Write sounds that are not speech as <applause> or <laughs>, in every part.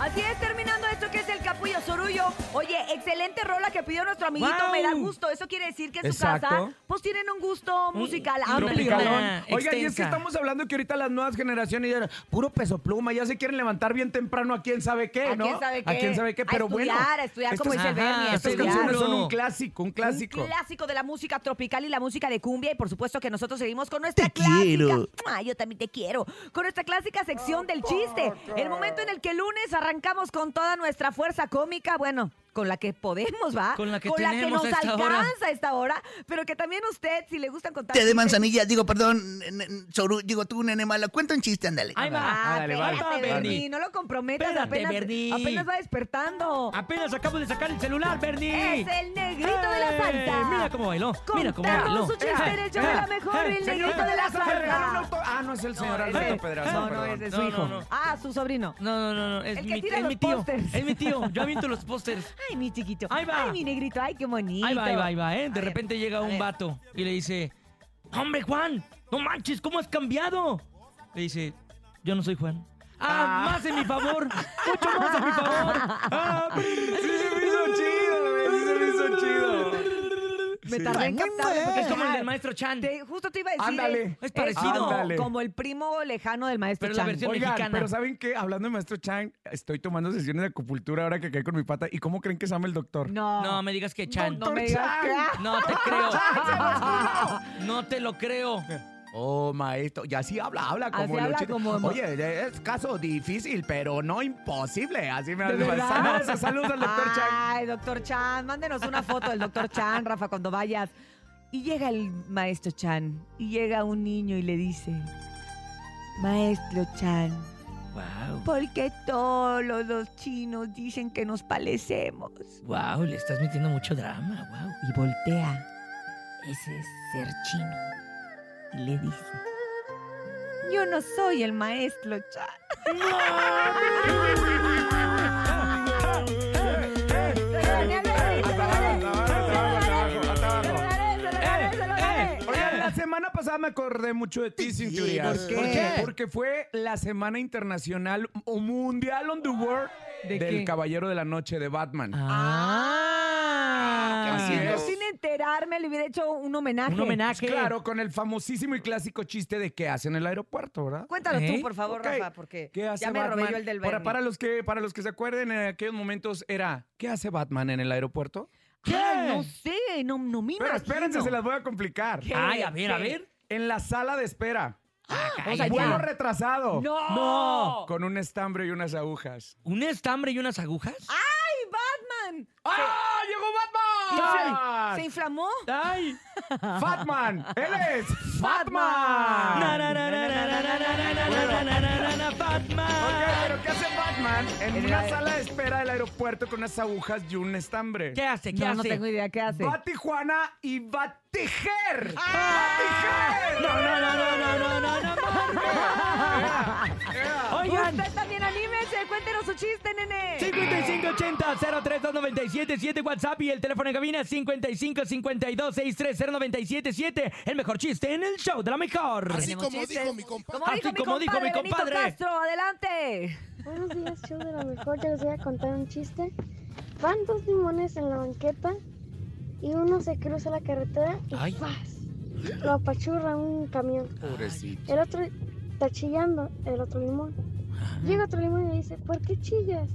Así es, terminando esto que es el capullo sorullo. Oye, excelente rola que pidió nuestro amiguito. Guau. Me da gusto. Eso quiere decir que en Exacto. su casa, pues tienen un gusto musical amplio. Tropicalón. Una Oiga, y es que extensa. estamos hablando que ahorita las nuevas generaciones ya, puro peso pluma, ya se quieren levantar bien temprano a quién sabe qué, ¿A ¿no? quién sabe qué? A quién sabe qué, A pero estudiar, bueno. a estudiar, como estas- dice el Bernie, a Estas estudiar. canciones son Claro. un clásico, un Un clásico. clásico de la música tropical y la música de cumbia. Y por supuesto que nosotros seguimos con nuestra Te clásica. quiero. Ah, yo también te quiero. Con nuestra clásica sección del chiste. El momento en el que el lunes arrancamos con toda nuestra fuerza cómica. Bueno. Con la que podemos, ¿va? Con la que nos tenemos a esta hora. alcanza a esta hora. Pero que también usted, si le gustan contar. Té de chistes- manzanilla, digo, perdón, n- n- Soru- digo tú, nene malo, cuenta un chiste, ándale. Ahí va. Ah, Ah, dale, va. espérate, Bernie. Bernie. No lo comprometas. Espérate, apenas, Bernie. apenas va despertando. Apenas acabo de sacar el celular, Bernie. Es el negrito de la ¡Eh! salsa. Mira cómo bailó. Mira cómo Contando bailó. su chiste Eh, en el show de la eh, mejor, eh, el señor negrito de la Alberto Pedraza, salsa. un auto- Ah, no es el señor No, es Alberto el- Pedraza, no, no, perdón. es de de su su no, hijo. hijo. no. Ah, su sobrino. No, no, no, no. Es El que mi, tira es los mi tío. pósters. Es mi tío. Yo <laughs> aviento los pósters. Ay, mi chiquito. Ahí va. Ay, mi negrito. Ay, qué bonito. Ahí va, ahí va, ahí va, ¿eh? A De ver, repente llega a un ver. vato y le dice, hombre, Juan, no manches, ¿cómo has cambiado? Le dice, yo no soy Juan. Ah, más en mi favor, mucho más en mi favor. <laughs> Ah, Sí, se me hizo chido, güey, sí se me hizo chido. Me tardé en captarlo porque es como el ajá, del maestro Chan. te- justo te iba a decir. Ándale, eh, es parecido. como- Ándale. Como el primo lejano del maestro Pero la Chan. versión- Oigan, mexicana. pero ¿saben qué? Hablando de maestro Chang, estoy tomando sesiones de acupuntura ahora que caí con mi pata. ¿Y cómo creen que se llama el doctor? No. No, me digas que Chan. No, no me digas que- ah, No te creo. No te lo creo. Oh, maestro. Y así habla, habla como Así los habla chicos. como- Oye, es caso difícil, pero no imposible. Así me ¿De hace verdad? Ah. Saludos, saludos al doctor Chang. Ay, doctor Chan, mándenos una foto del doctor Chan, Rafa, cuando vayas. Y llega el maestro Chan, y llega un niño y le dice, maestro Chan, Wow, ¿por qué todos los chinos dicen que nos palecemos? wow, le estás metiendo mucho drama, wow. Y voltea ese ser chino y le dice, yo no soy el maestro Chan. Oigan, la semana pasada me acordé mucho de ti, Cinturías. ¿por qué? Porque fue la semana internacional o mundial on the world ¿De del qué? Caballero de la Noche de Batman. Ah, Así es. Yo sin enterarme le hubiera hecho un homenaje. Un homenaje. Pues Claro, con el famosísimo y clásico chiste de qué hace en el aeropuerto, ¿verdad? Cuéntalo tú, ¿Eh? por favor, Ok. Rafa, porque ¿Qué hace ya me Batman? robé yo el del para, Bernie. para los que, para los que se acuerden, en aquellos momentos era ¿qué hace Batman en el aeropuerto? Ay, no sé, no, no me Pero espérense, imagino. se las voy a complicar. ¿Qué? Ay, a ver, a ¿Qué? ver. En la sala de espera. O sea, Vuelo ya. retrasado. ¡No! No. Con un estambre y unas agujas. ¿Un estambre y unas agujas? ¡Ay, Batman! ¡Ah! ¡Llegó Batman! ¿Se inflamó? ¡Ay! ¡Fatman! ¡Él es Na, Fatman! na, na, na, na, na, na, na, na, na, na, na, na, na, Ok, Batman. pero ¿qué hace Batman en En una la- sala de espera del aeropuerto con unas agujas y un estambre? ¿Qué hace? ¿Qué No, hace? no tengo idea qué hace. Va a Tijuana y va a tejer. No, no, no, no, no, no, no, no, no. Oigan, Usted también anímese, cuéntenos su chiste, nene. 5580-032977 WhatsApp y el teléfono en cabina 5552-630977. El mejor chiste en el show de la mejor. <laughs> Así como dijo mi compadre. Como Así dijo mi como dijo mi compadre. Benito compadre. Castro, adelante. Buenos días, show de la mejor. Yo les voy a contar un chiste. Van dos limones en la banqueta y uno se cruza la carretera y Ay. ¡zas! lo apachurra un camión. Pobrecito. El otro está chillando, el otro limón. Llega otro limón y le dice, ¿por qué chillas?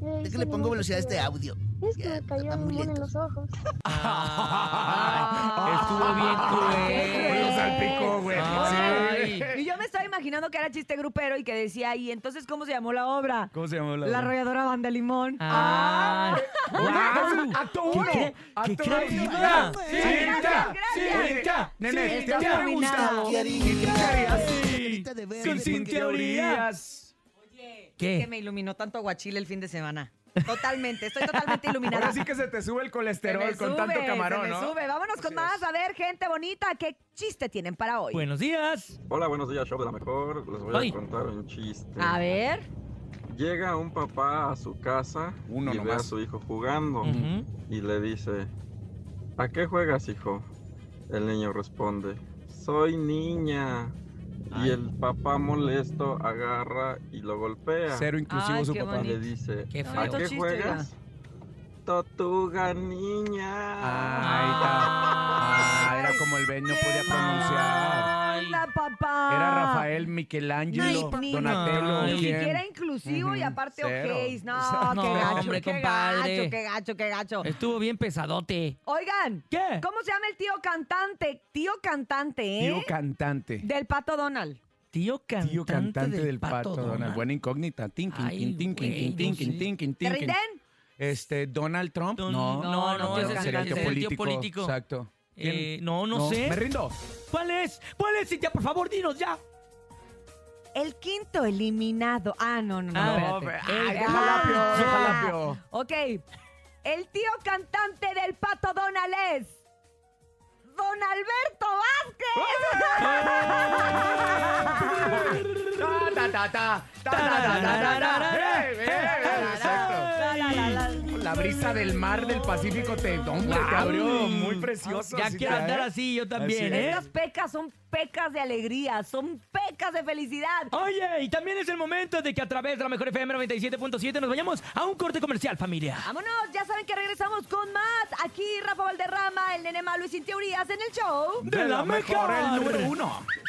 Y dice Déjale el pongo limón velocidad a este chillaba, audio. Es que Ya, me cayó va un muy limón en lento. los ojos. <laughs> Ah. Estuvo bien Qué cruel. Lo salpicó, güey. Ay. Y yo me estaba imaginando que era chiste grupero y que decía, ¿y entonces cómo se llamó la obra? ¿Cómo se llamó la? La arrolladora Banda Limón. Ah. <laughs> ¡Guau! Wow. ¡Acto uno! cre- ¡Acto qué uno! creativa! ¡Sí, Gracias, ya! gracias. ¡Sí, ya! Nene, Sí, ¿te has ya. preguntado ¿Qué qué harías? harías sí, Ahorita de ver, con porque- sin teorías? Que ¿Qué? me iluminó tanto aguachile el fin de semana. Totalmente, estoy totalmente iluminada. Ahora sí que se te sube el Se colesterol me con sube, tanto camarón, se me ¿no? sube. Vámonos con más. A ver, gente bonita, ¿qué chiste tienen para hoy? Buenos días. Hola, buenos días, show de la mejor. Les voy Ay. a contar un chiste. A ver. Llega un papá a su casa Uno y ve a nomás. su hijo jugando Ujú. y le dice, ¿a qué juegas, hijo? El niño responde, soy niña. y el papá molesto agarra y lo golpea. Cero inclusivo Ay, su qué papá. Y le bonito. dice, Qué ¿a feo. Bonito qué chiste, juegas? Tortuga Ah, niña. Ahí está. Ah, era como el Ben, no podía pronunciar. Ay, ¡Anda, papá! Era Rafael, Ay, Michelangelo, papá. Donatello. Ay. Ni ¿quién? siquiera inclusivo y Ujú, aparte cero. ojéis. <laughs> No, No, qué gacho, hombre, qué compadre. gacho, qué gacho, qué gacho. Estuvo bien pesadote. Oigan, ¿Qué? ¿cómo se llama el tío cantante? Tío cantante, ¿eh? Tío cantante. Del Pato Donald. Tío cantante, Tío cantante del pato, Donald. Donald. Buena incógnita. Tinkin, Ay, tinkin, tinkin, güey, no tinkin, sé. tinkin, ¿Te tinkin. rinden? Este, Donald Trump. Don- no, no, no, ese tío sería el cantante. tío Es el político. tío político. Exacto. ¿Quién? Eh, no, no, sé. Me rindo. ¿Cuál es? ¿Cuál es, Cintia? Por favor, dinos ya. El quinto eliminado. Ah, no, no, no. Ah, espérate. hombre. Ay, El- qué jalapio, Ah, qué jalapio. Ok. El tío cantante del Pato Donald es. Don Alberto Ta, ta, ta, ta, ta, ta, ta, ta, ta. Eh, eh, eh, exacto. Vázquez. La brisa del mar del Pacífico te, hombre, te abrió muy precioso. Ya sí, quiero te- andar así yo también, Así ¿eh? Estas pecas son pecas de alegría, son pecas de felicidad. Oye, y también es el momento de que a través de la mejor FM 97.7 nos vayamos a un corte comercial, familia. Vámonos, ya saben que regresamos con más. eh. Aquí Rafa Valderrama, el nene malo y Cintia Urias en el show. De la mejor, el número uno.